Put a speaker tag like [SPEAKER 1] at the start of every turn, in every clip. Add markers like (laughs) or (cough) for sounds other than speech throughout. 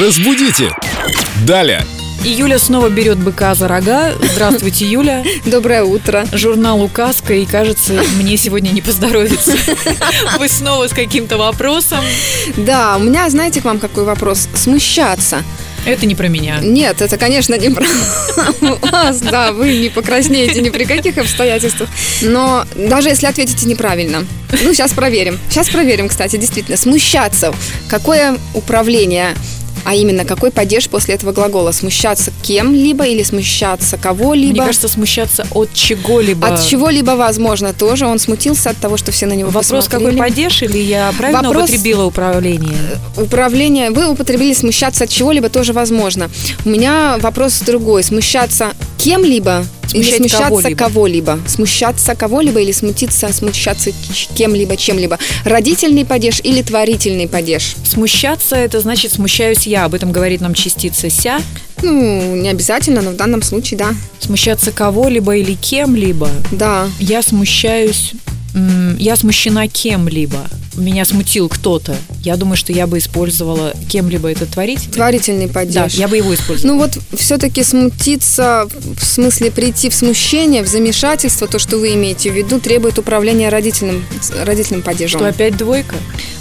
[SPEAKER 1] Разбудите! Далее!
[SPEAKER 2] И Юля снова берет быка за рога. Здравствуйте, Юля.
[SPEAKER 3] Доброе утро.
[SPEAKER 2] Журнал «Указка», и кажется, мне сегодня не поздоровится. Вы снова с каким-то вопросом.
[SPEAKER 3] Да, у меня, знаете, к вам какой вопрос? Смущаться.
[SPEAKER 2] Это не про меня.
[SPEAKER 3] Нет, это, конечно, не про вас, да, вы не покраснеете ни при каких обстоятельствах. Но даже если ответите неправильно. Ну, сейчас проверим. Сейчас проверим, кстати, действительно. Смущаться. Какое управление а именно, какой падеж после этого глагола? Смущаться кем-либо или смущаться
[SPEAKER 2] Мне
[SPEAKER 3] кого-либо?
[SPEAKER 2] кажется, смущаться от чего-либо.
[SPEAKER 3] От чего-либо, возможно, тоже. Он смутился от того, что все на него
[SPEAKER 2] Вопрос, какой
[SPEAKER 3] посмотрели.
[SPEAKER 2] падеж, или я правильно
[SPEAKER 3] Вопрос-
[SPEAKER 2] употребила управление?
[SPEAKER 3] Управление. Вы употребили смущаться от чего-либо тоже возможно. У меня вопрос другой. Смущаться кем-либо или
[SPEAKER 2] Смущать
[SPEAKER 3] смущаться
[SPEAKER 2] кого-либо.
[SPEAKER 3] кого-либо? Смущаться кого-либо или смутиться, смущаться ч- кем-либо, чем-либо? Родительный падеж или творительный падеж?
[SPEAKER 2] Смущаться – это значит «смущаюсь я», об этом говорит нам частица «ся».
[SPEAKER 3] Ну, не обязательно, но в данном случае да.
[SPEAKER 2] Смущаться кого-либо или кем-либо.
[SPEAKER 3] Да.
[SPEAKER 2] Я смущаюсь... м, Я смущена кем-либо. Меня смутил кто-то. Я думаю, что я бы использовала кем-либо это творить.
[SPEAKER 3] Творительный падеж.
[SPEAKER 2] Да, я бы его использовала.
[SPEAKER 3] Ну вот все-таки смутиться, в смысле прийти в смущение, в замешательство, то, что вы имеете в виду, требует управления родительным, с- родительным падежом.
[SPEAKER 2] что опять двойка?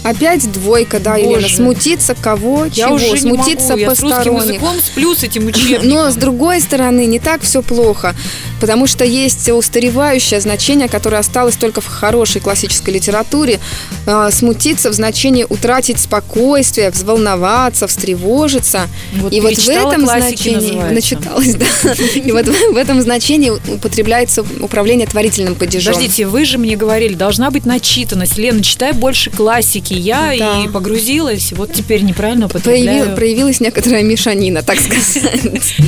[SPEAKER 3] Опять двойка, да,
[SPEAKER 2] Боже.
[SPEAKER 3] Елена, смутиться кого,
[SPEAKER 2] Я
[SPEAKER 3] чего,
[SPEAKER 2] уже
[SPEAKER 3] смутиться
[SPEAKER 2] не могу. Я с русским
[SPEAKER 3] посторонних.
[SPEAKER 2] языком сплю с
[SPEAKER 3] (laughs)
[SPEAKER 2] этим учебником.
[SPEAKER 3] Но с другой стороны, не так все плохо, потому что есть устаревающее значение, которое осталось только в хорошей классической литературе. А, Смутиться в значении утратить спокойствие, взволноваться, встревожиться.
[SPEAKER 2] Вот
[SPEAKER 3] Ну, И вот в
[SPEAKER 2] перечитала
[SPEAKER 3] этом
[SPEAKER 2] классики,
[SPEAKER 3] значении
[SPEAKER 2] называется.
[SPEAKER 3] начиталась, да. И вот в в этом значении употребляется управление творительным падежом.
[SPEAKER 2] Подождите, вы же мне говорили, должна быть начитанность. Лена, читай больше классики. Я
[SPEAKER 3] Да.
[SPEAKER 2] и погрузилась. Вот теперь неправильно
[SPEAKER 3] Прояви-
[SPEAKER 2] употребляю.
[SPEAKER 3] проявилась некоторая мешанина, так сказать.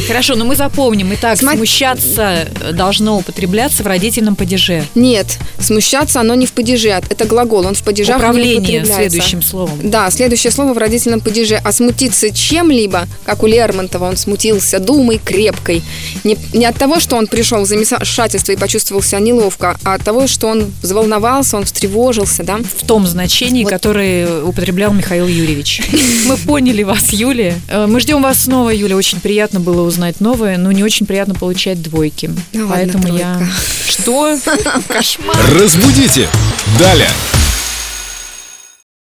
[SPEAKER 2] Хорошо, но мы запомним. Итак,
[SPEAKER 3] Сма-
[SPEAKER 2] смущаться должно употребляться в родительном падеже.
[SPEAKER 3] Нет, смущаться оно не в падеже, а это глагол, он в падежах не
[SPEAKER 2] Управление
[SPEAKER 3] употребляется.
[SPEAKER 2] следующим словом.
[SPEAKER 3] Да, следующее слово в родительном падеже. А смутиться чем-либо, как у Лермонтова, он смутился думой крепкой. Не, не от того, что он пришел в замешательство и почувствовал себя неловко, а от того, что он взволновался, он встревожился, да?
[SPEAKER 2] В том значении,
[SPEAKER 3] Вот.
[SPEAKER 2] которое употреблял Михаил (laughs) Юрьевич. Мы поняли вас, Юлия. Э, Мы ждем вас снова, Юля. Очень приятно было узнать новое, но не очень приятно получать двойки.
[SPEAKER 3] Ну ладно,
[SPEAKER 2] Поэтому я...
[SPEAKER 3] тройка.
[SPEAKER 2] Что? (laughs) Кошмар.
[SPEAKER 1] Разбудите! Далее!